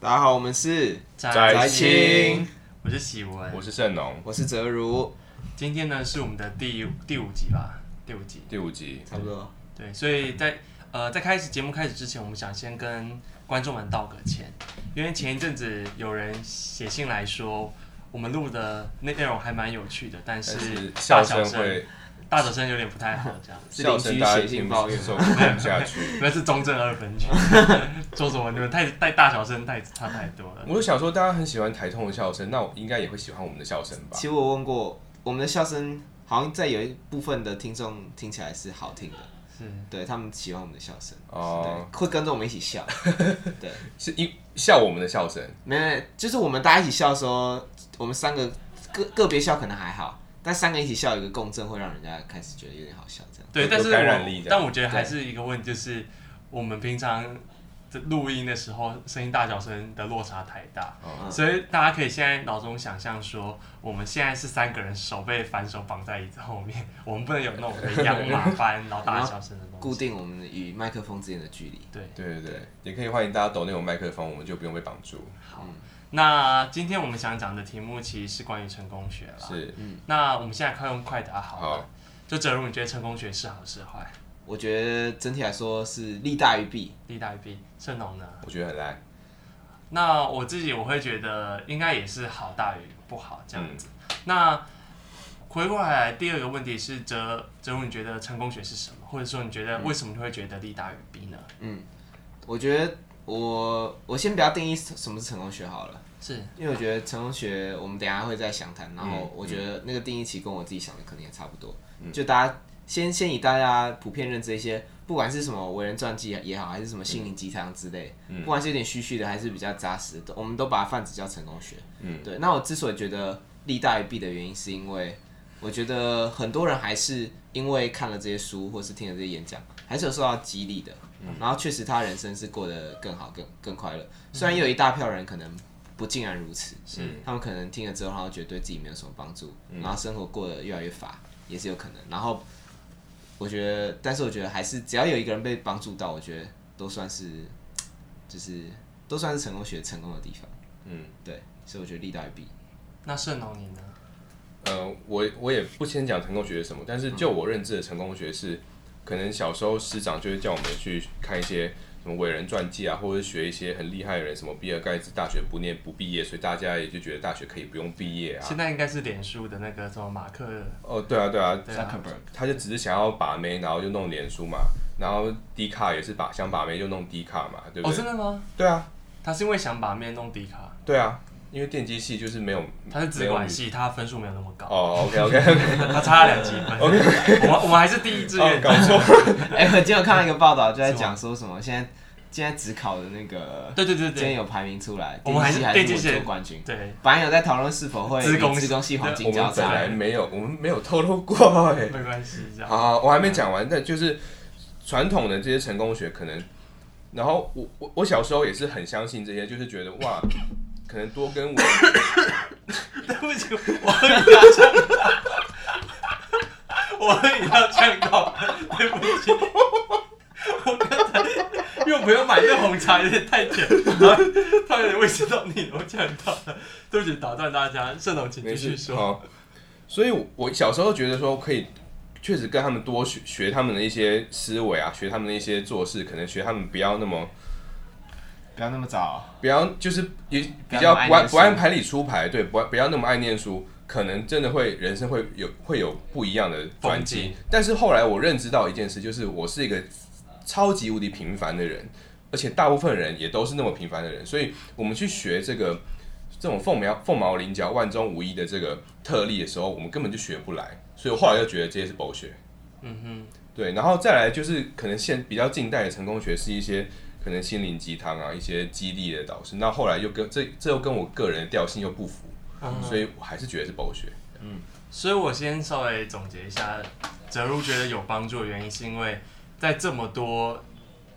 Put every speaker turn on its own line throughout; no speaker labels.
大家好，我们是
宅
青，
我是喜文，
我是盛农，
我是泽如，
今天呢是我们的第第五集吧，第五集。
第五集，
差不多。
对，所以在呃在开始节目开始之前，我们想先跟观众们道个歉，因为前一阵子有人写信来说，我们录的内内容还蛮有趣的，但
但
是
是
大
笑
小
声
声
会
大小声有点不太好，这样。
是
笑
邻
声
居
大
写
家
信
听
抱
不
怨
受不下去。
那是中正二分区， 说什么你们太太大小声太差太多了。
我就想说，大家很喜欢台通的笑声，那我应该也会喜欢我们的笑声吧
其？实我问过，我们的笑声好像在有一部分的听众听起来是好听的，
是
对他们喜欢我们的笑声，
哦，
对，会跟着我们一起笑。对，
是一笑我们的笑声，
没有，就是我们大家一起笑的时候，我们三个个个别笑可能还好，但三个一起笑有一个共振，会让人家开始觉得有点好笑这样。
对，
有
但是
有感染力
我
这样
但我觉得还是一个问题，就是我们平常这录音的时候，声音大小声的落差太大，
哦
所以大家可以现在脑中想象说，我们现在是三个人手被反手绑在椅子后面，我们不能有那种养马般然后大小声的东
固
西。
定我们与麦克风之间的距离。
对，
对对对，也可以欢迎大家抖那种麦克风，我们就不用被绑住。
好，那今天我们想讲的题目其实是关于成功学了。
是，
那我们现在快问快答嗯好了
好。
就正如你觉得成功学是好是坏？
我觉得整体来说是利大于弊，
利大于弊，盛龙呢？
我觉得很烂。
那我自己我会觉得应该也是好大于不好这
嗯
样子。那回过来第二个问题是哲哲如，你觉得成功学是什么？或者说你觉
嗯
得为什么你会觉得利大于弊呢？
我觉得我我先不要定义什么是成功学好了，
是
因为我觉得成功学我们等一下会再详谈，然后我觉得那个定义其实跟我自己想的可能也差不多，就大家先先以大家普遍认知一些，不管是什么伟人传记也好，还是什么心灵鸡汤之类，不管是有点虚虚的，还是比较扎实的，我们都把它泛指叫成功学。嗯，对。那我之所以觉得利大于弊的原因，是因为我觉得很多人还是因为看了这些书，或是听了这些演讲，还是有受到激励的。然后确实他人生是过得更好、更更快乐。虽然也有一大票人可能不尽然如此，嗯
是嗯
他们可能听了之后，然后觉得对自己没有什么帮助，然后生活过得越来越乏，也是有可能。然后我觉得，但是我觉得还是只要有一个人被帮助到，我觉得都算是，就是都算是成功学成功的地方。
嗯，
对，所以我觉得利大于弊。
那盛龙你呢？
呃，我我也不先讲成功学是什么，但是就我认知的成功学是，可能小时候师长就会叫我们去看一些什么伟人传记啊，或者学一些很厉害的人，什么比尔盖茨大学不念不毕业，所以大家也就觉得大学可以不用毕业啊。
现在应该是脸书的那个什么马克，
哦，对啊，对啊，
对啊，
他就只是想要把妹，然后就弄脸书嘛，然后低卡也是把想把妹就弄低卡嘛，对不
哦，
对？
真的吗？
对啊，
他是因为想把面弄低卡，
对啊，因为电机系就是没有，
他是资
嗯没有
管
女
系，他分数没有那么高，
哦，OK 哦 OK，
他差了两积 分。我们我们还是第一志愿
哦搞错，
哎、我今天有看到一个报道，就在讲说 什么现在现在只考的那个，
对对对
今天
对
有排名出来，
我们还是
电机系还是
电机
我
系
做冠军。
对，
本来有在讨论是否会
资工
与资工系黄
我
金交
们本
叉，
来没有，我们没有透露过哎、
没关系，这样。
好好，我还没讲完，但就是传统的这些成功学可能，然后我我我小时候也是很相信这些，就是觉得哇， 可能多 跟我
对不起，我喝饮料呛到，我喝饮料呛到，对不起。我刚才因为我朋友买这红茶有点太甜，然后他有点胃食道逆流呛到了，对不起，打断大家。盛总，请继
没
续
事
说。
好，所以我，我小时候觉得说可以，确实跟他们多学学他们的一些思维啊，学他们的一些做事，可能学他们不要那么
不要那么早。
不要就是也
不
比
要
较
那么爱
不按
念书
不按牌理出牌，对，不不要那么爱念书，可能真的会人生会有会有不一样的转
风景
机。但是后来我认知到一件事，就是我是一个超级无敌平凡的人，而且大部分人也都是那么平凡的人，所以我们去学这个这种凤毛凤毛麟角、万中无一的这个特例的时候，我们根本就学不来。所以我后来就觉得这些是博学。
嗯
对，然后再来就是可能现比较近代的成功学是一些可能心灵鸡汤啊，一些激励的导师。那后来又跟这这又跟我个人的调性又不符，
哼，
所以我还是觉得是博学。
所以我先稍微总结一下，哲如觉得有帮助的原因，是因为在嗯这么多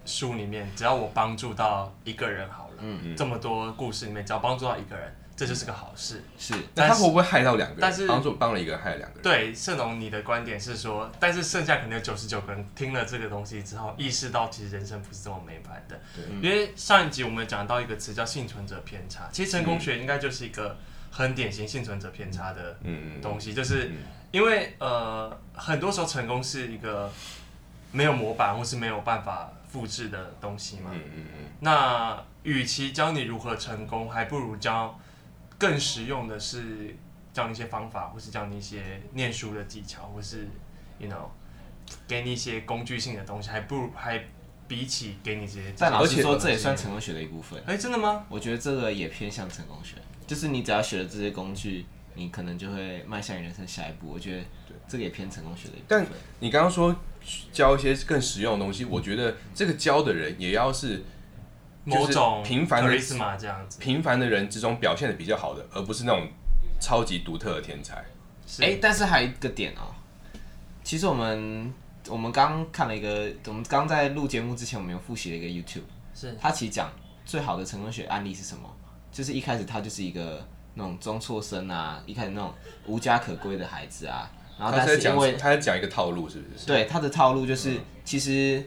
书里面，只要我帮助到一个人好了，这么多故事里面，只要帮助到一个人，这就是个好事。
是
那他会不会害到两个人？
但是
帮助帮了一个人，害了两个人。
对，盛龙，你的观点是说，但是剩下可能有九十九个人听了这个东西之后，意识到其实人生不是这么美满的。因为上一集我们讲到一个词叫幸存者偏差，其实成
嗯
功学应该就是一个很典型幸存者偏差的
嗯，嗯嗯，
东西，就是因为呃，很多时候成功是一个没有模板或是没有办法复制的东西嘛。
嗯嗯嗯，
那与其教你如何成功，还不如教更实用的是教你一些方法，或是教你一些念书的技巧，或是 you know 给你一些工具性的东西，还不如还比起给你这些。
但老
而
实
且
说，这也算成功学的一部分。
哎，真的吗？
我觉得这个也偏向成功学，就是你只要学了这些工具，你可能就会迈向你人生下一步。我觉得这个也偏成功学的一部
但
分。
你刚刚说教一些更实用的东西，我觉得这个教的人也要是就是
某种
平凡的
charisma 这样子。
平凡的人之中表现的比较好的，而不是那种超级独特的天才。
是
哎、但是还有一个点哦、其实我们我们刚看了一个，我们刚在录节目之前，我们有复习了一个 YouTube。
是
他其实讲最好的成功学案例是什么？就是一开始他就是一个那种中辍生啊，一开始那种无家可归的孩子啊，然后
他
但
在
是因
讲
为
他在讲一个套路，是不是？
对他的套路就是，
嗯
其实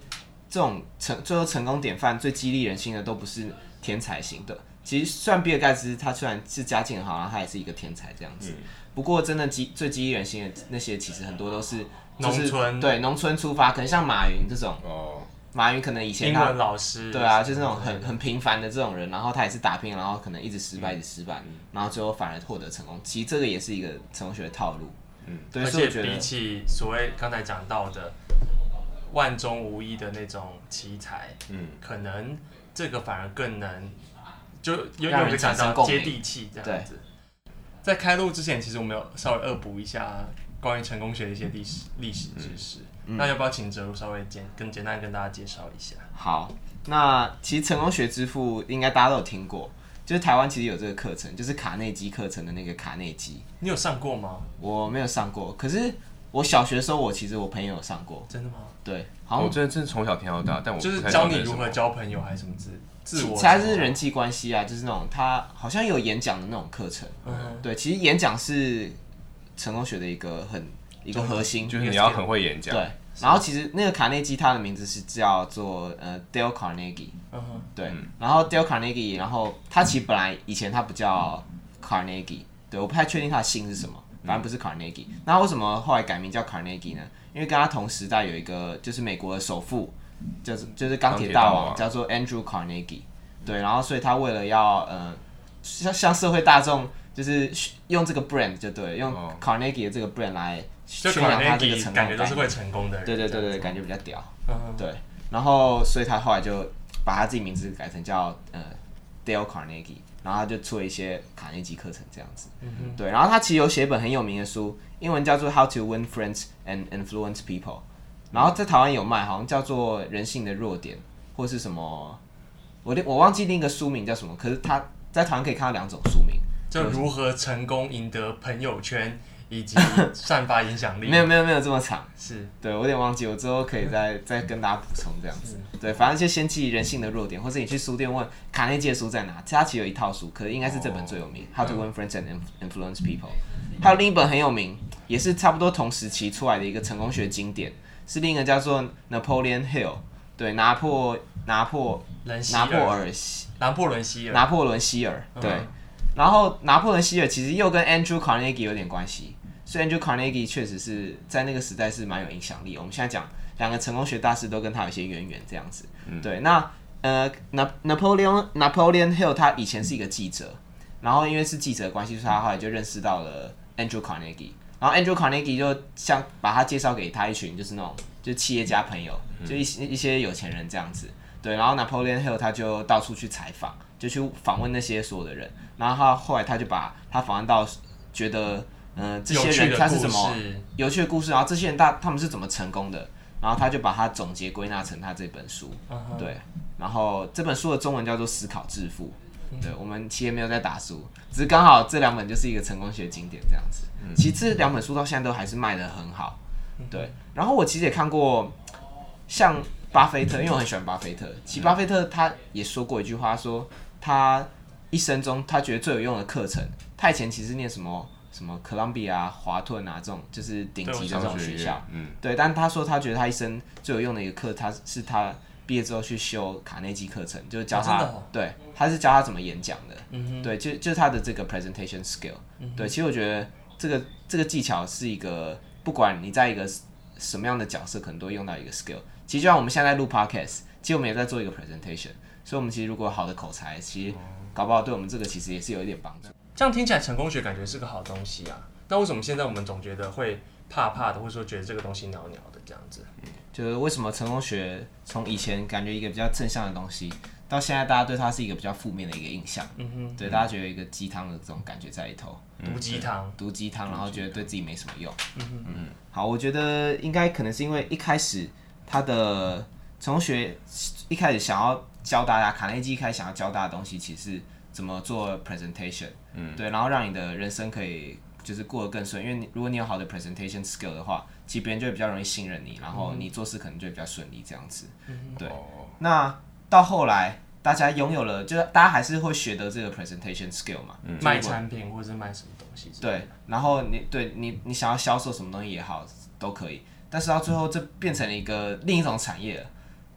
这种成最后成功典范最激励人心的都不是天才型的。其实虽然比尔盖茨他虽然是家境很好，然后他也是一个天才这样
嗯
子，不过真的激最激励人心的那些，其实很多都是就是
农村
对农村出发，可能像马云这种，
哦，
马云可能以前
英
他
文嗯老师。
对啊，就是那种很很平凡的这种人，然后他也是打拼，然后可能一直失
嗯
败，一直失败，然后最后反而获得成功。其实这个也是一个成功学的套路，嗯，对，
而
所以
且
我觉得
比起所谓刚才讲到的万中无一的那种奇才，
嗯，
可能这个反而更能就有
让
有
人
个
产生
讲到
共鸣
接地气这样子。在开录之前，其实我们有稍微恶补一下关于成功学的一些历史历
嗯
史知识。那要不要请哲如稍微简更简单跟大家介绍一下？
好，那其实成功学之父应该大家都有听过，就是台湾其实有这个课程，就是卡内基课程的那个卡内基，
你有上过吗？
我没有上过，可是我小学的时候，我其实我朋友有上过，
真的吗？
对，好
我
像
真的真的从小听到大，但我
就是
不太
教
懂
你
那是
如
什么
何交朋友还是什么自自我？
其他是人际关系啊，就是那种他好像有演讲的那种课程，
嗯哼
对，其实演讲是成功学的一个很一个核心，
就是你要很会演讲。
对。然后其实那个卡内基他的名字是叫做呃 Dale Carnegie，
嗯哼，
对，然后 Dale Carnegie，然后他其实本来以前他不叫 Carnegie，对，我不太确定他的姓是什么，反
嗯
正不是 Carnegie。那为什么后来改名叫 Carnegie 呢？因为跟他同时代有一个就是美国的首富，就是就是钢铁大王，
钢铁大王
叫做 Andrew Carnegie，对，然后所以他为了要呃向向社会大众就是用这个 brand 就对了，用
哦
Carnegie 的这个 brand 来
就
宣
可
扬
能
他这个成功
感觉
的
都
概
是
念
会成功的人。
对对对
这样
对，
子，
感觉比较屌。
嗯，
对，然后所以他后来就把他自己名字改成叫呃 Dale Carnegie，然后他就出了一些卡内基课程这样子。对，然后他其实有写一本很有名的书，英文叫做《How to Win Friends and Influence People》，然后在台湾有卖，好像叫做《人性的弱点》或是什么，我我忘记另一个书名叫什么，可是他在台湾可以看到两种书名。
就如何成功赢得朋友圈以及散发影响力。
没有没有没有这么长，
是
对我有点忘记，我之后可以再
嗯
再跟大家补充这样子。对，反正就先记人性的弱点，或是你去书店问卡内基的书在哪，它其实有一套书，可是应该是这本最有
哦
名，How to Win
嗯
Friends and Inf- Influence People》。还有另一本很有名，也是差不多同时期出来的一个成功学经典，是另一个叫做 Napoleon Hill，对，拿破拿破
人希
拿破
尔，
尔
拿破仑希尔，
拿破仑希尔，
嗯
对。然后拿破仑希尔其实又跟 Andrew Carnegie 有点关系，所以 Andrew Carnegie 确实是在那个时代是蛮有影响力。我们现在讲两个成功学大师都跟他有一些渊源，这样子。
嗯
对，那呃，拿 Napoleon Napoleon Hill 他以前是一个记者，然后因为是记者的关系，所以他后来就认识到了 Andrew Carnegie。然后 Andrew Carnegie 就像把他介绍给他一群就是那种就是企业家朋友，
嗯
就一些一些有钱人这样子。对，然后 Napoleon Hill 他就到处去采访，就去访问那些所有的人。然后他后来他就把他访问到觉得，嗯、这些
有趣
人
的
他是
故
怎么
事
有趣的故事，然后这些人大他们是怎么成功的，然后他就把它总结归纳成他这本书。
嗯哼
对，然后这本书的中文叫做《思考致富》。对，我们其实也没有在打书，只是刚好这两本就是一个成功学经典这样子。其实这两本书到现在都还是卖的很好。对，然后我其实也看过，像巴菲特，因为我很喜欢巴菲特，其实巴菲特他也说过一句话，说他一生中他觉得最有用的课程。他以前其实念什么什么哥伦比亚、华顿啊这种，就是顶级的这种学校。
嗯，
对，但他说他觉得他一生最有用的一个课，他是他毕业之后去修卡内基课程，就是教他，
啊真的哦嗯
对，他是教他怎么演讲的，对，就就是他的这个 presentation skill，、对，其实我觉得这个这个技巧是一个，不管你在一个什么样的角色，可能都会用到一个 skill。其实就像我们现在在录 podcast，其实我们也在做一个 presentation，所以我们其实如果有好的口才，其
哦
实搞不好对我们这个其实也是有一点帮助。
这样听起来成功学感觉是个好东西啊。那为什么现在我们总觉得会怕怕的，或者说觉得这个东西袅袅的这样子？
就是为什么成功学从以前感觉一个比较正向的东西，到现在大家对它是一个比较负面的一个印象。嗯哼，对，大家觉得有一个鸡汤的这种感觉在里头，
毒鸡汤，
毒鸡汤，然后觉得对自己没什么用。嗯哼，好，我觉得应该可能是因为一开始他的成功学一开始想要教大家，卡内基一开始想要教大家的东西，其实是怎么做 presentation，嗯，对，然后让你的人生可以就是过得更顺，因为你如果你有好的 presentation skill 的话，其实别人就会比较容易信任你，然后你做事可能就会比较顺利这样子。对
哦
那到后来，大家拥有了，就是大家还是会学得这个 presentation skill 嘛，嗯
卖产品或者是卖什么东西？，
对，然后你对你你想要销售什么东西也好，都可以。但是到最后，这变成了一个另一种产业了，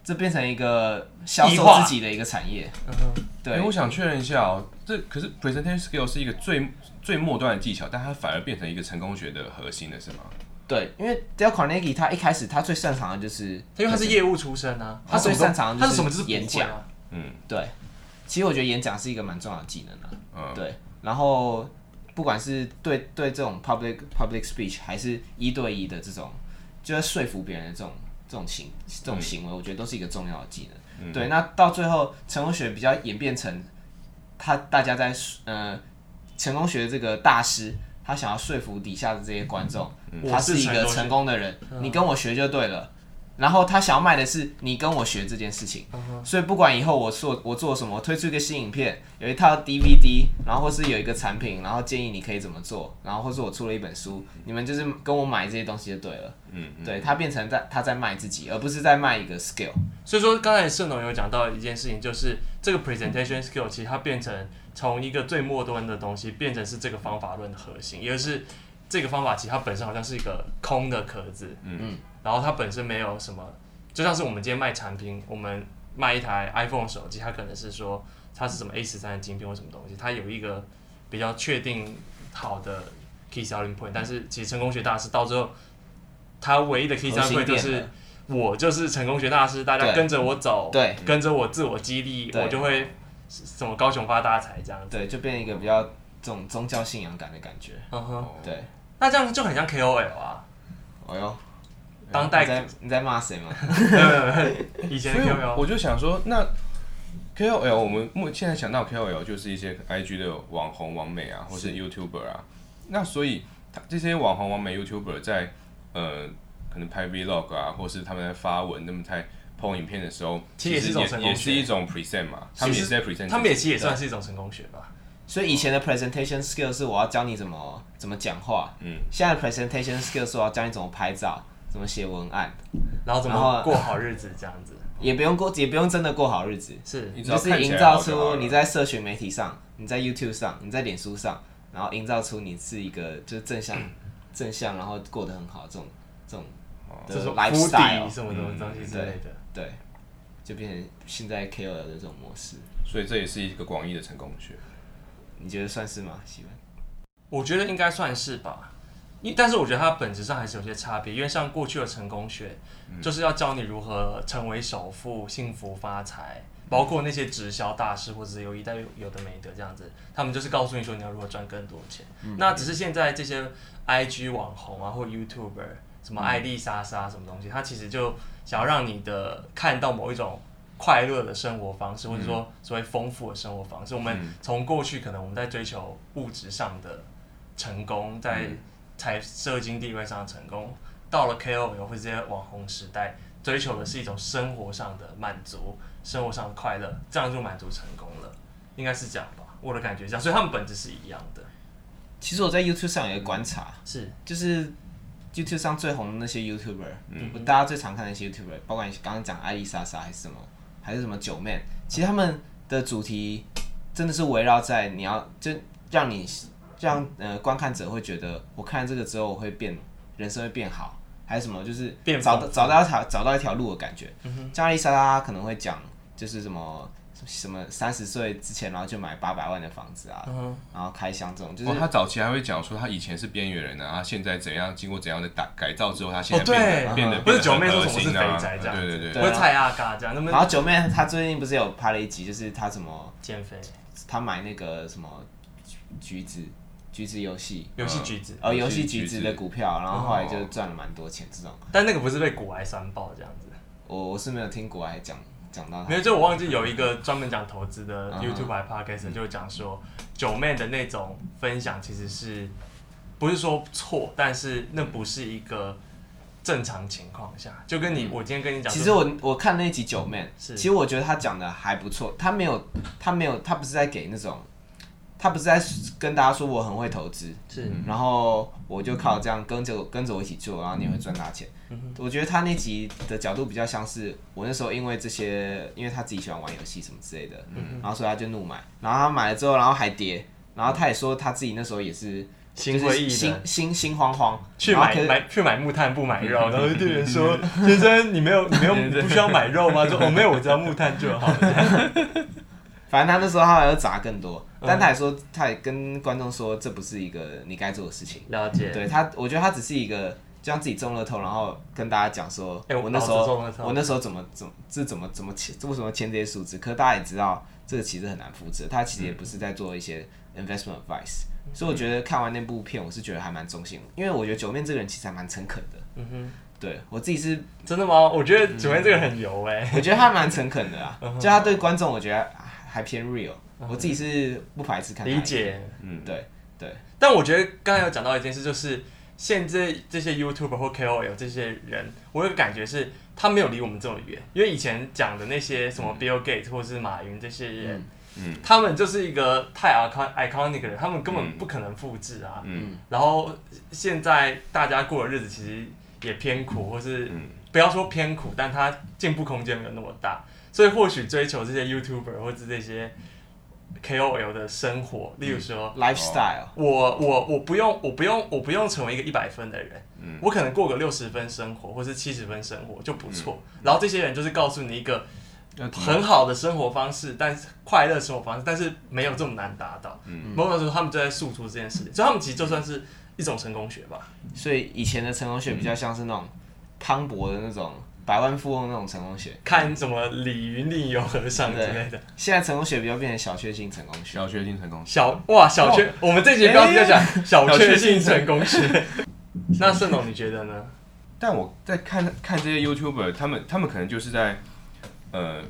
这变成一个销
异
售
化
自己的一个产业。
嗯
对
哎，我想确认一下哦，这可是 presentation skill 是一个最最末端的技巧，但它反而变成一个成功学的核心了，是吗？
对，因为 Dale Carnegie 他一开始他最擅长的就是，
因为他是业务出身啊，
他
什么
最擅长的
他
就是
是什么就是不会啊
演讲对，其实我觉得演讲是一个蛮重要的技能啊。
嗯，
对，然后不管是对对这种 public public speech，还是一对一的这种，就是说服别人的这种这种行这种行为，我觉得都是一个重要的技
嗯
能。对，那到最后成功学比较演变成他大家在呃成功学这个大师。他想要说服底下的这些观众，
嗯
他
我是
是一个
成功学嗯
成功的人，你跟我学就对了。然后他想要卖的是你跟我学这件事
嗯
情，所以不管以后我做我做什么，推出一个新影片，有一套 DVD，然后或是有一个产品，然后建议你可以怎么做，然后或是我出了一本书，你们就是跟我买这些东西就对了。
嗯，
对他变成在他在卖自己，而不是在卖一个 skill。
所以说，刚才盛总有讲到一件事情，就是这个 presentation skill 其实它变成从一个最末端的东西，变成是这个方法论的核心，也就是这个方法其实它本身好像是一个空的壳子，嗯，然后它本身没有什么，就像是我们今天卖产品，我们卖一台 iPhone 手机，它可能是说它是什么 A 十三的晶片或什么东西，它有一个比较确定好的 key selling point，但是其实成功学大师到最后，他唯一的 key
核
selling
心
point 就
变
是
了。
我就是成功学大师，大家
对
跟着我走，
对
跟着我自我激励，
对
我就会什么高雄发大财这样子。
对，就变一个比较这种宗教信仰感的感觉。
嗯哼，
哦，
对，
那这样就很像 KOL 啊，
哎呦，
当
你
代
在你在骂谁 吗？
以前
所
的
以
KOL
我就想说，那 KOL 我们目现在想到 KOL 就是一些 IG 的网红、网美啊，或是 YouTuber 啊。那所以他这些网红、网美、YouTuber 在呃可能拍 Vlog 啊，或是他们在发文，他们在 PO 影片的时候，
其实也是一种成功
也也是
学
一种 present 嘛，他们也是在 present，
他们也其实也
自己
算是一种成功学吧。
所以以前的 presentation skill 是我要教你怎么怎么讲话，
嗯，
现在的 presentation skill 是我要教你怎么拍照，怎么写文案，
然后怎
然后
么过好日子这样子，
也不用过，也不用真的过好日子，
是
你
你
只要
就是
看起来
营
好
造
就好
出
了
你在社群媒体上，你在 YouTube 上，你在脸书上，然后营造出你是一个就是正 向、正向，然后过得很好这种这种
哦
这是
的
铺
lifestyle，
底什么什么东西之类的。
对，就变成现在 KOL 的这种模式，
所以这也是一个广义的成功学。
你觉得算是吗？喜欢？
我觉得应该算是吧。因但是我觉得它本质上还是有些差别，因为像过去的成功学，就是要教你如何成为首富、幸福发财，包括那些直销大师或者是有一代有有的没的这样子，他们就是告诉你说你要如何赚更多钱。那只是现在这些 IG 网红啊或 YouTuber，什么艾丽莎莎什么东西，他其实就想要让你的看到某一种快乐的生活方式，或者说所谓丰富的生活方式。我们从过去可能我们在追求物质上的成功，在财社经地位上的成功，到了 KOL 或者这些网红时代，追求的是一种生活上的满足，生活上的快乐，这样就满足成功了，应该是这样吧？我的感觉是这样，所以他们本质是一样的，
其实我在 YouTube 上有一个观察，
是
就是 YouTube 上最红的那些 YouTuber，、大家最常看的那些 YouTuber，包括你刚刚讲艾丽莎莎还是什么，还是什么九妹，其实他们的主题真的是围绕在你要就让你让呃观看者会觉得，我看了这个之后我会变人生会变好，还是什么就是
变
找
丰
到
富
找到一条找到一条路的感觉。加丽莎拉可能会讲就是什么。什么三十岁之前，然后就买八百万的房子啊，然后开箱这种，就是
哦，他早期还会讲说他以前是边缘人啊，他现在怎样经过怎样的改改造之后，他现在
哦
变得、
对
变得
不是九妹
变
说
得很
什么
核
是
心啊
肥宅这样子
对对对，
对
我踩阿嘎这样，那
然
么
后九妹她最近不是有拍了一集，就是她什么，
减肥
她买那个什么橘子，橘子游戏，
游戏橘子，
呃，
游
游戏
戏
橘
橘
子
子
的股票，然后后来就赚了蛮多钱。这种
但那个不是被古癌酸爆这样子。
我我是没有听国外讲讲到
没
他，
有，就我忘记有一个专门讲投资的
嗯
YouTube 还 Podcast，、就讲说九妹的那种分享其实是不是说错，但是那不是一个正常情况下，就跟你、我今天跟你讲说，
其实我我看那集九妹，
是
其实我觉得她讲的还不错，她没有她没有她不是在给那种，她不是在跟大家说我很会投资，
是
然后我就靠这样跟着我跟着我一起做，然后你会赚大钱。我觉得他那集的角度比较像是我那时候因为这些，因为他自己喜欢玩游戏什么之类的，然后所以他就怒买，然后他买了之后，然后还跌，然后他也说他自己那时候也是
心
就是
灰意冷
心心心慌慌，
去
然后
买
可是
买去买木炭 不买肉，然后店员说：“先生，你没有你没有你不需要买肉吗？”说：“哦，没有，我只要木炭就好了。
反正他那时候他还要砸更多，但他也说他也跟观众说这不是一个你该做的事情。”
了解
对他，我觉得他只是一个就像自己中乐透，然后跟大家讲说，
哎我
我那时
老子中
候
乐透
我那时候怎么怎么这怎么怎么签，这为什么签这些数字？可是大家也知道，这个其实很难复制，他其实也
嗯
不是在做一些 investment advice。所以我觉得看完那部片，我是觉得还蛮中性的，因为我觉得九面这个人其实还蛮诚恳的。嗯哼，对我自己是，
真的吗？我觉得九妹
嗯
这个很油哎、
我觉得他蛮诚恳的啦，
嗯
就他对观众，我觉得还还偏 real。我自己是不排斥看，
理，解。
对对，
但我觉得刚才有讲到一件事，就是现在这些 YouTuber 或 KOL 这些人，我有个感觉是，他没有离我们这么远。因为以前讲的那些什
嗯
么 Bill Gates 或者是马云这些人，他们就是一个太 icon iconic 的人，他们根本不可能复制啊。
嗯
然后现在大家过的日子其实也偏苦，或是
嗯
不要说偏苦，但它进步空间没有那么大，所以或许追求这些 YouTuber 或是这些 KOL 的生活，例如说。
lifestyle，
我我我不用我不用我不用成为一个一百分的人，
嗯
我可能过个六十分生活或是七十分生活就不错。然后这些人就是告诉你一个
要怎么
很好的生活方式，但是快乐生活方式，但是没有这么难达到。某种程度他们就在诉诸这件事情，所以他们其实就算是一种成功学吧。
所以以前的成功学比较像是那种磅礴的那种百万富翁那种成功学，
看什么李云另有和尚之类的，
现在成功学比较变成小确幸成功学。
小确幸成功？
小哇小确，我们这节标题就讲小哦哎确幸成功学。那盛总你觉得呢？
但我在看看这些 YouTuber，他们他们可能就是在呃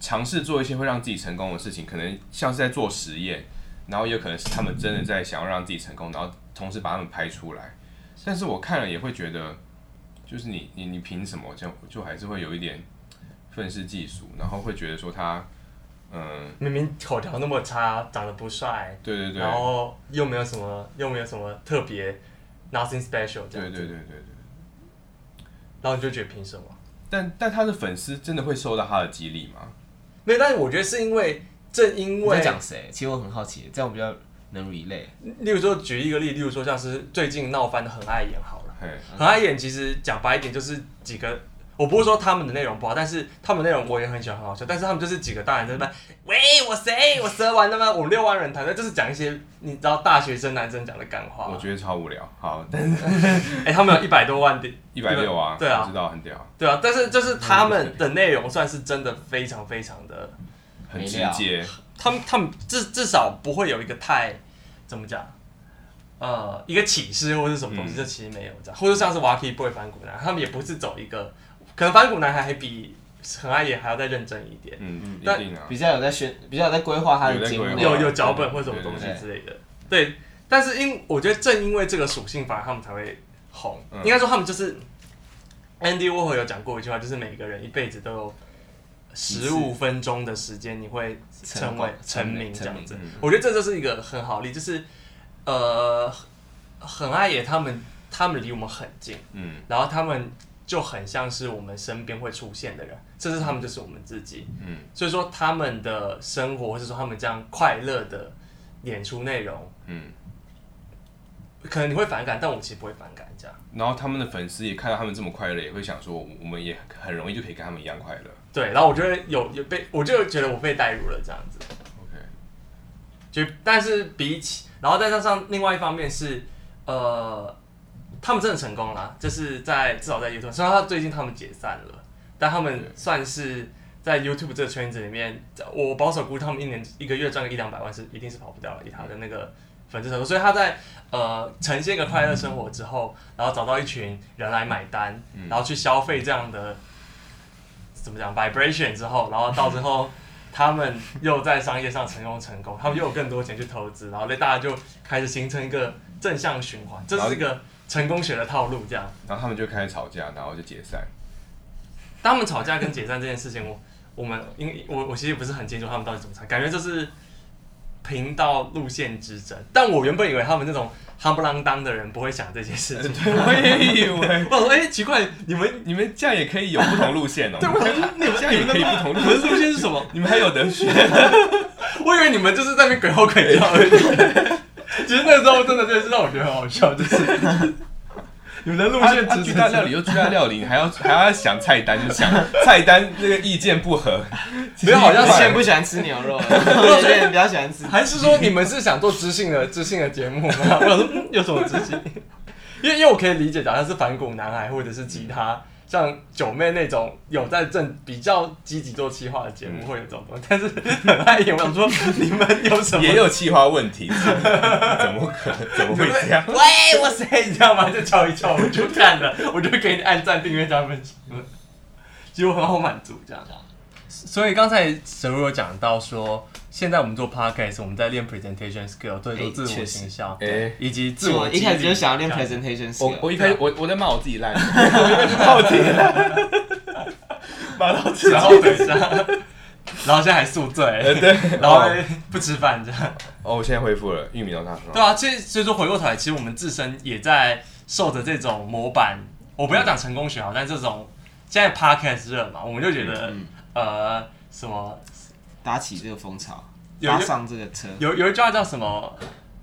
尝试做一些会让自己成功的事情，可能像是在做实验，然后也有可能是他们真的在想要让自己成功，然后同时把他们拍出来。但是我看了也会觉得，就是你你你凭什么这样？就还是会有一点愤世嫉俗，然后会觉得说他，嗯、
明明口条那么差，长得不帅，
对对对，
然后又没有什么，又没有什么特别，nothing special 这
对对
样子，
对对对。
然后你就觉得凭什么？
但但他的粉丝真的会受到他的激励吗？
没有，但是我觉得是因为，正因
你在
为，
讲谁？其实我很好奇，这样我比较能 relate。
例如说举一个例，例如说像是最近闹翻的很爱演好了，
嘿，
很爱演其实讲白一点就是几个。我不是说他们的内容不好，但是他们内容我也很喜欢，很好笑。但是他们就是几个大人在那边，喂，我谁？我蛇丸的吗？我六万人团队，就是讲一些你知道大学生男生讲的干话。
我觉得超无聊。好，但
哎、他们有一百多万的
一百六啊，
对啊
我知道很屌，
对啊，但是就是他们的内容算是真的非常非常的，
很
没
直
料
接，
他们他们至至少不会有一个太怎么讲，呃，一个启示或是什么东西，
嗯
这其实没有这样，或者像是 Wacky Boy 反骨男，他们也不是走一个，可能反骨男孩还比很爱也还要再认真一点，
嗯，一
但
定啊，
比较有在选，比较有在规划他
有
的
在
节目
规划
内
有
容。
有脚本或什么东西
对对对
之类的，对。但是因我觉得正因为这个属性，反而他们才会红。
嗯
应该说他们就是 Andy Warhol 有讲过一句话，就是每个人一辈子都有十五分钟的时间，你会成为
成
成
嗯功
名这样子
成名。
我觉得这就是一个很好的例，就是呃，很爱也他们，他们离我们很近，
嗯
然后他们就很像是我们身边会出现的人，甚至他们就是我们自己。嗯，所以说他们的生活，或者说他们这样快乐的演出内容，
嗯，
可能你会反感，但我其实不会反感这样。
然后他们的粉丝也看到他们这么快乐，也会想说，我们也很容易就可以跟他们一样快乐。
对，然后我就会有有被，我就觉得我被带入了这样子。
OK，
就但是比起，然后再加上另外一方面是，呃，他们真的成功啦，就是在至少在 YouTube，虽然他最近他们解散了，但他们
对
算是在 YouTube 这个圈子里面，我保守估计他们一年一个月赚个一两百万是一定是跑不掉了，以他的那个粉丝程度，所以他在呃呈现一个快乐生活之后，然后找到一群人来买单，然后去消费这样的怎么讲 vibration 之后，然后到最后。他们又在商业上成功成功，他们又有更多钱去投资，然后大家就开始形成一个正向循环，这是一个成功学的套路。这样，
然后他们就开始吵架，然后就 解散。
当他们吵架跟解散这件事情，我我们因为我我其实不是很清楚他们到底怎么吵，感觉就是频道路线之争。但我原本以为他们那种夯不啷当的人不会想这些事情，
我也以为
我想说哎、奇怪，你们
你们这样也可以有不同 路线哦。
对，我想说你们
这样也可以不同
你
路
们
线。
路线是什么？
你们还有得选，
我以为你们就是在那边鬼吼鬼叫而已。 其实那时候真的就是让我觉得很好笑，就是 你们的路线
啊
之
巨
争
大料理又巨大料理，你还要还要想菜单，就想菜单这个意见不合，
没有好像
之
是
前不喜欢吃牛肉，有些人比较喜欢吃。
还是说你们是想做知性 的知性的节目吗？我想说嗯有什么知性？ 因为因为我可以理解，假设是反骨男孩或者是其他像九妹那种有在正比较积极做企划的节目
嗯
会有这种东西，但是 很碍眼。我想说 你们有什么？
也有气化问题， 怎么可怎 么会这样？
喂，我谁你知道吗？就敲一敲，我就看了，我就给你按赞、订阅、加分享。其实我很好满足这样。 所以刚才沈如有讲到说，现在我们做 podcast，我们在练 presentation skill，对，做
哎
自我
确实
行销，
哎
以及自
是
我
我一开始
激励
就想 要练
这样
presentation
我
skill，
我一开始我我在骂我自己 烂，骂我自己烂，骂到自
然后等一下， 然后现在还宿醉，
对，哦
然后不吃饭这样。
哦，我现在恢复了玉米浓汤很好
对啊，其实所以说回过头来，其实我们自身也在受着这种模板。我不要讲成功学好，但这种现在 podcast 热嘛，我们就觉得、
嗯
呃什么
搭起这个风潮，
有
搭上这个 车。
有有一句话叫什么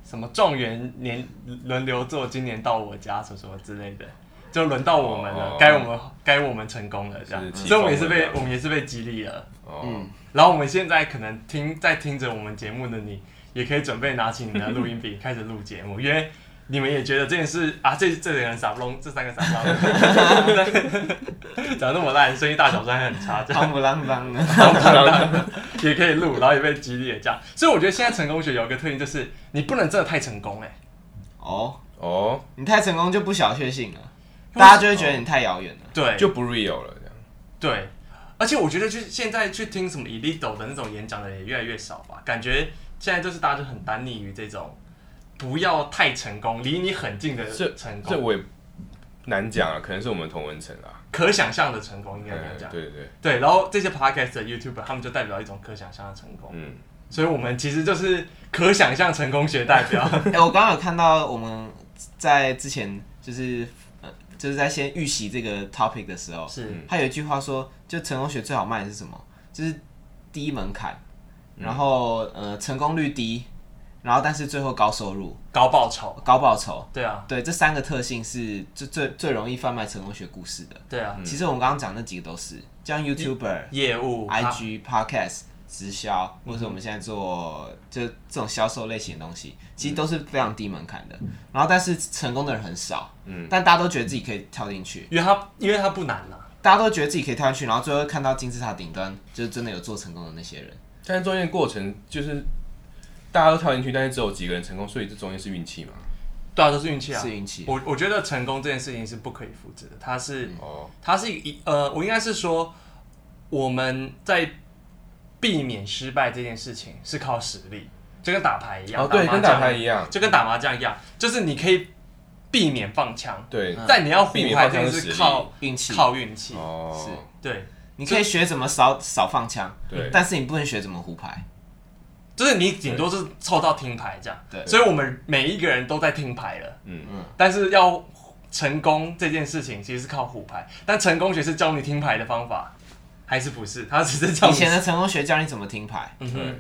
什么状元年轮流做，今年到我家什么什么之类的，就轮到我们了
哦，
该、我们该我们成功了这样
是，起
所以我们也是
风了
被
这样
我们也是被激励了。
哦
嗯，，
然后我们现在可能听在听着我们节目的你，也可以准备拿起你的录音笔开始录节目，因为你们也觉得这件事啊，这这个人傻不隆，这三个 傻不隆，长那么烂，声音大小声还很差，这样
夯不啷当的，
也可以录，然后也被激励了这样。所以我觉得现在成功学有一个特性就是，你不能真的太成功哎、
哦，
哦，
你太成功就不小确幸了，大家就会觉得你太遥远了。
对，
就不 real 了这样。
对，而且我觉得去现在去听什么 Elito 的那种演讲的人也越来越少吧，感觉现在就是大家就很单溺于这种不要太成功，离你很近的
这
成
这
功，
我也难讲啊，可能是我们同文层啦。
可想象的成功应该这样
嗯，
讲。
对对对，
对，然后这些 podcast 的 YouTuber 他们就代表一种可想象的成功，
嗯，
所以我们其实就是可想象成功学代表。
哎、我刚刚有看到我们在之前就是呃就是在先预习这个 topic 的时候，
是
他有一句话说，就成功学最好卖的是什么？就是低门槛，然后呃成功率低，然后但是最后高收入、
高报酬，
高报酬，
对啊，
对这三个特性是最最最容易贩卖成功学故事的。
对啊，
其实我们刚刚讲那几个都是，像 YouTuber、
业务啊
IG、Podcast、直销，或者我们现在做就这种销售类型的东西，其实都是非常低门槛的。然后，但是成功的人很少，嗯，但大家都觉得自己可以跳进去，
因为它因为它不难呐、
大家都觉得自己可以跳进去，然后最后看到金字塔顶端，就是真的有做成功的那些人。
但是中间过程就是大家都跳进去，但是只有几个人成功，所以这中间是运气嘛。
对啊，都是运气啊，
是运气
我我觉得成功这件事情是不可以复制的，它是、
哦，
它是一呃，我应该是说我们在避免失败这件事情是靠实力，就跟打牌一样，
哦，对，
麻
跟
将
打牌一样，
就跟打麻将一样，就是你可以避免放枪，
对，
但你要
避
胡
免
牌
放
这件
枪是
事
实力
靠
运气，
靠运气，
哦，
是
对，
你可以学怎么少少放枪，
对
但是你不能学怎么胡牌。
就是你顶多是凑到听牌这样，
对
所以我们每一个人都在听牌了，
嗯
嗯，
但是要成功这件事情其实是靠虎牌，但成功学是教你听牌的方法，还是不是？他只是教
以
你
前的成功学教你怎么听牌，
嗯
对
哼，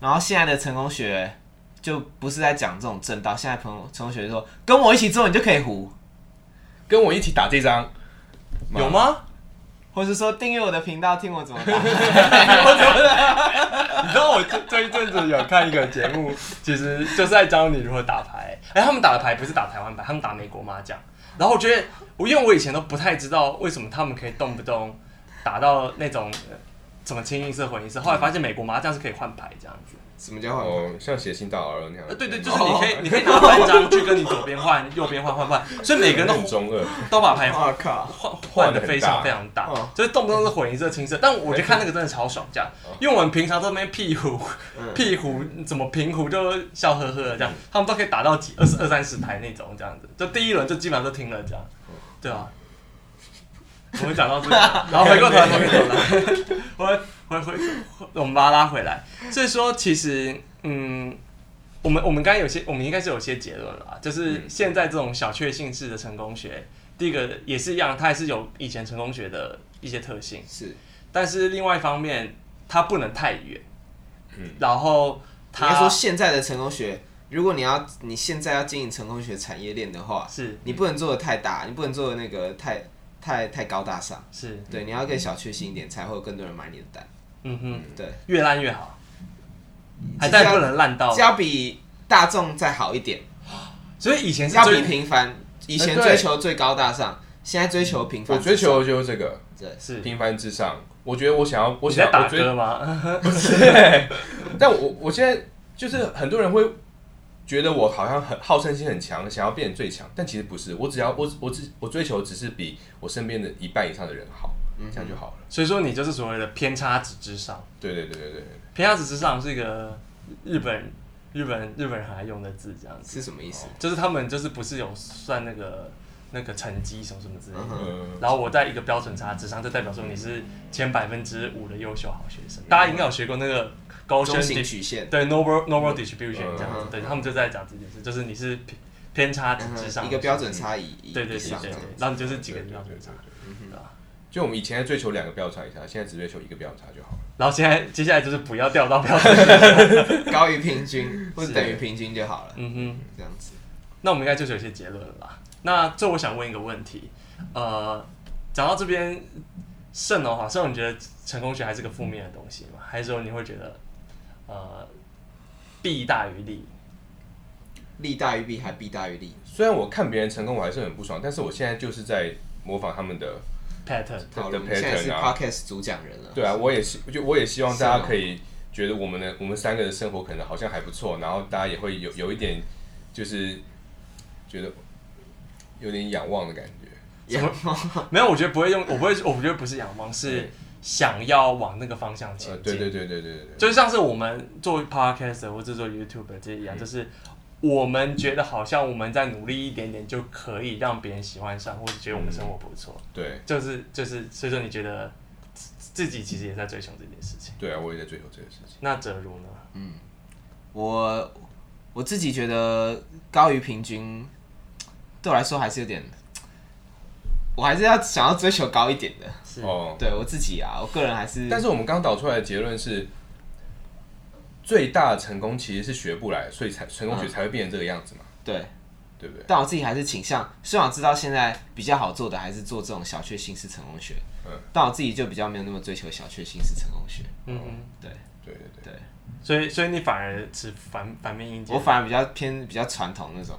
然后现在的成功学就不是在讲这种正道，现在朋友成功学就说跟我一起做你就可以胡，
跟我一起打这张，
有？吗？
或是说订阅我的频道听我怎么 打。
你知道我这这一阵子有看一个节目， 其实就是在教你如何打牌。哎、他们打的牌不是打台湾牌，他们打美国麻将。然后我觉得，我因为我以前都不太知道为什么他们可以动不动打到那种呃什么清一色混一色，后来发现美国麻将是可以换牌这样子。
什么叫换牌？
哦，像写信到 R 那样嗯
呃，。对对，就是你可以，你可以拿三张去跟你左边换、右边换、换换，所以每个人都
哦很中二，
都把牌换
我靠！
换的非常非常大
嗯，
就是动不动是混一色、青色。但我就看那个真的超爽，这样，因为我们平常都在那边屁胡、
嗯
屁胡怎么平胡就笑呵呵的这样，他们都可以打到几二十二三十台那种这样子，就第一轮就基本上都停了这样，对啊。我们讲到这个，然后回过头来，回过头来，我回回回，我们把它拉回来。所以说，其实，嗯，我们我们刚才有些，我们应该是有些结论了啊，就是现在这种小确幸式的成功学，第一个也是一样，它还是有以前成功学的一些特性，
是，
但是另外一方面，它不能太远，
嗯，
然后
应该
它
说现在的成功学，如果你要你现在要经营成功学产业链的话，
是
你不能做的太大，你不能做的那个太太太高大上。
是，
对，你要更小确幸一点，才会有更多人买你的单。
嗯哼，
对，
越烂越好，还但不能烂到
只，要比大众再好一点，
所以以前是
要比
最哎
平凡。以前
呃对
追求最高大上，现在追求平
我
凡至
追
上。
求就是这个
对，
是
平凡至上。我觉得我想要，我
你
想
在
要，我
打
觉得
歌 吗？
但我我现在就是很多人会觉得我好像很好胜心很强，想要变最强，但其实不是，我只要我我只我追求只是比我身边的一半以上的人好，这样就好了。
所以说你就是所谓的偏差值之上。
对对对对对，
平价值之上是一个日本日本日本人很爱用的字，这样子，
是什么意思？
就是他们就是不是有算那个那个成绩什么什么之类的。
嗯哼
嗯，
然后我在一个标准差之上，就代表说你是前百分之五的优秀好学生。大家应该有学过那个高
嗯
升
中型
dis-
曲线，
对 normal normal distribution 这样子
嗯，
对他们就在讲这件事，就是你是偏偏差值
嗯
之
哼
上
一个标准差以以
对对
以
对对
上这
对
样，
然后你就是几个
对对
标
对
准差，对吧？
就我们以前在追求两个标差以下，现在只追求一个标差就好了。
然后现在接下来就是不要掉到标准，
高于平均 或者等于平均就好了，
嗯哼。
这样子。
那我们应该就是有一些结论了吧？那最后我想问一个问题，呃，讲到这边，盛龙哈，盛龙你觉得成功学还是个负面的东西吗？还是说你会觉得，呃，弊大于利？
利大于弊还弊大于利，
虽然我看别人成功，我还是很不爽，但是我现在就是在模仿他们的。
pattern
好了，我
The
们现在是
pattern 啊
podcast 主讲人了。
对啊，我也希就我也希望大
是
家
吗
可以觉得我们的我们三个的生活可能好像还不错，然后大家也会有有一点就是觉得有点仰望的感觉。
也
没有，我觉得不会用，我不会，我觉得不是仰望，是想要往那个方向前
呃，
进。
对对对对对对对，
就像是我们做 podcast 或者做 YouTube 这一样，就是我们觉得好像我们再努力一点点就可以让别人喜欢上，或者觉得我们生活不错。
对
就是就是，所以说你觉得自自己其实也在追求这件事情。
对啊，我也在追求这个事情。
那哲如呢？
我我自己觉得高于平均，对我来说还是有点，我还是要想要追求高一点的。
是
哦，
对我自己啊，我个人还是，
但是我们刚导出来的结论是，最大的成功其实是学不来，所以才成功学才会变成这个样子嘛，
对，
对不对？
但我自己还是倾向，虽然我知道现在比较好做的还是做这种小确幸式成功学，
嗯
但我自己就比较没有那么追求小确幸式成功学。
嗯哼，
对
对对对，
对，
所以所以你反而持反反面意见，
我反而比较偏比较传统那种，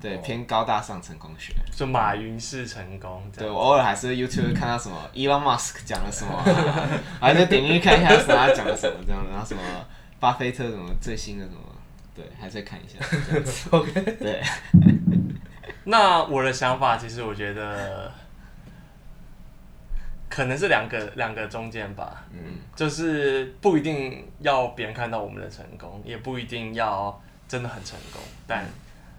对，
哦
偏高大上成功学。
就马云式成功这
对，
样。
我偶尔还是 YouTube 看到什么 Elon Musk 讲了什么、啊，还是点进去看一下什么他讲了什么这样，然后什么巴菲特什么最新的什么，对，还是会看一下。OK，对，
那我的想法其实我觉得可能是两个两个中间吧，
嗯，
就是不一定要别人看到我们的成功，也不一定要真的很成功，但
嗯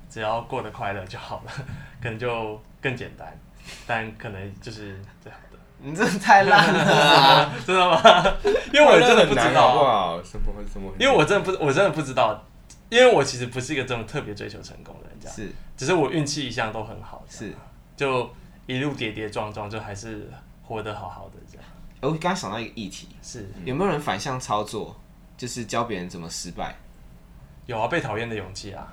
只要过得快乐就好了， 可能就更简单，但可能就是最好的。
你这太烂了 啊、
真的吗？ 因为我真的不知啊
快乐很难好不
道，
好？什么什么？
因为我真的不，我真的不知道，因为我其实不是一个这种特别追求成功的人，这样，
是
只是我运气一向都很好，这样
是，
就一路跌跌撞撞，就还是活得好好的这样。
我刚刚想到一个议题，
是
有没有人反向操作，就是教别人怎么失败？
有啊，被讨厌的勇气啊，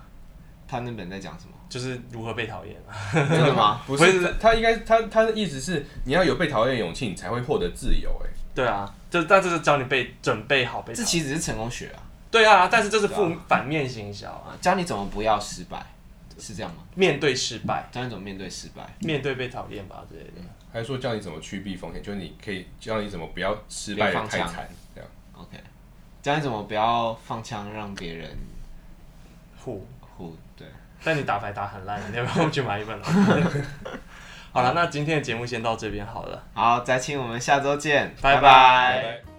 他那本在讲 什么？
就是如何被讨厌啊。
真的吗？
不
不
是
是
他他应该他他的意思是你要有被讨厌的勇气，你才会获得自由。哎，
对啊，就但这是教你被准备好被讨
这其实是成功学啊，
对啊，但是这是负
对
反面行销啊，
教你怎么不要失败，是这样吗？
面对失败，
教你怎么面对失败。
面对被讨厌吧之类的。
还是说教你怎么趋避风险，就是你可以教你怎么不要失败
别
的
放
太
枪
惨，这样
OK，教你怎么不要放枪让别人
虎，
护对。
但你打牌打很烂，你要不要去买一本 来？好了，那今天的节目先到这边好了，
好，再请我们下周见，
拜
拜拜
拜拜